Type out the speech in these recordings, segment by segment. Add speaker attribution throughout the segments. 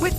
Speaker 1: With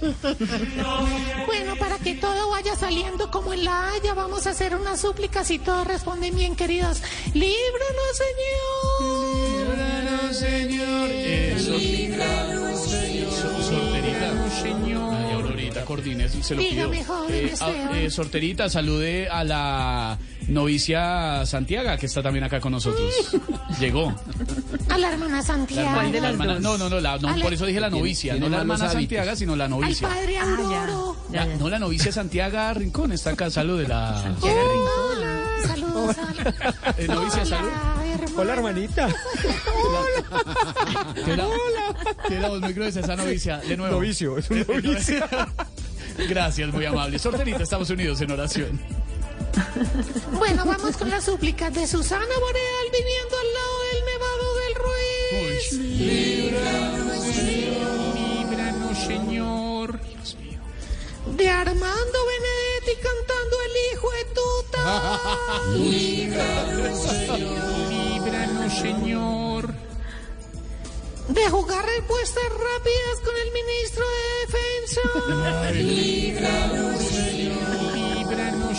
Speaker 2: Bueno, para que todo vaya saliendo como en la Haya, vamos a hacer unas súplicas y todos responden bien, queridos. ¡Líbranos, Señor! ¡Líbranos, Señor!
Speaker 3: Sorterita. Ay, Aurorita Cordines se lo pidió.
Speaker 2: Dígame, joven
Speaker 3: Eh,
Speaker 2: Esteban.
Speaker 3: a- eh, sorterita, salude a la novicia Santiago, que está también acá con nosotros. Llegó.
Speaker 2: A la hermana Santiago.
Speaker 3: La hermana- no, no, no, la- no,
Speaker 2: Ale-
Speaker 3: por eso dije la novicia, no la hermana Santiago, sino la
Speaker 2: Al
Speaker 3: novicia.
Speaker 2: padre Auroro.
Speaker 3: La- no, la novicia Santiago Rincón está acá, salude la...
Speaker 2: Hola. Saludos a la...
Speaker 3: Eh, novicia, salud.
Speaker 2: Hola, hermana.
Speaker 4: hermanita.
Speaker 3: Tiene la, tiene la voz muy gruesa esa novicia, de nuevo.
Speaker 4: Novicio, es un
Speaker 3: Eh, no-
Speaker 4: novicio.
Speaker 3: Gracias, muy amable. Sorterita, estamos unidos en oración.
Speaker 2: Bueno, vamos con las súplicas de Susana Boreal viniendo al lado del Nevado del Ruiz.
Speaker 3: Uy. Líbranos, Señor. Dios mío.
Speaker 2: De Armando Benedetti cantando El Hijo de Tuta.
Speaker 3: Líbranos, Señor.
Speaker 2: De jugar respuestas rápidas con el ministro de Defensa.
Speaker 3: Líbranos,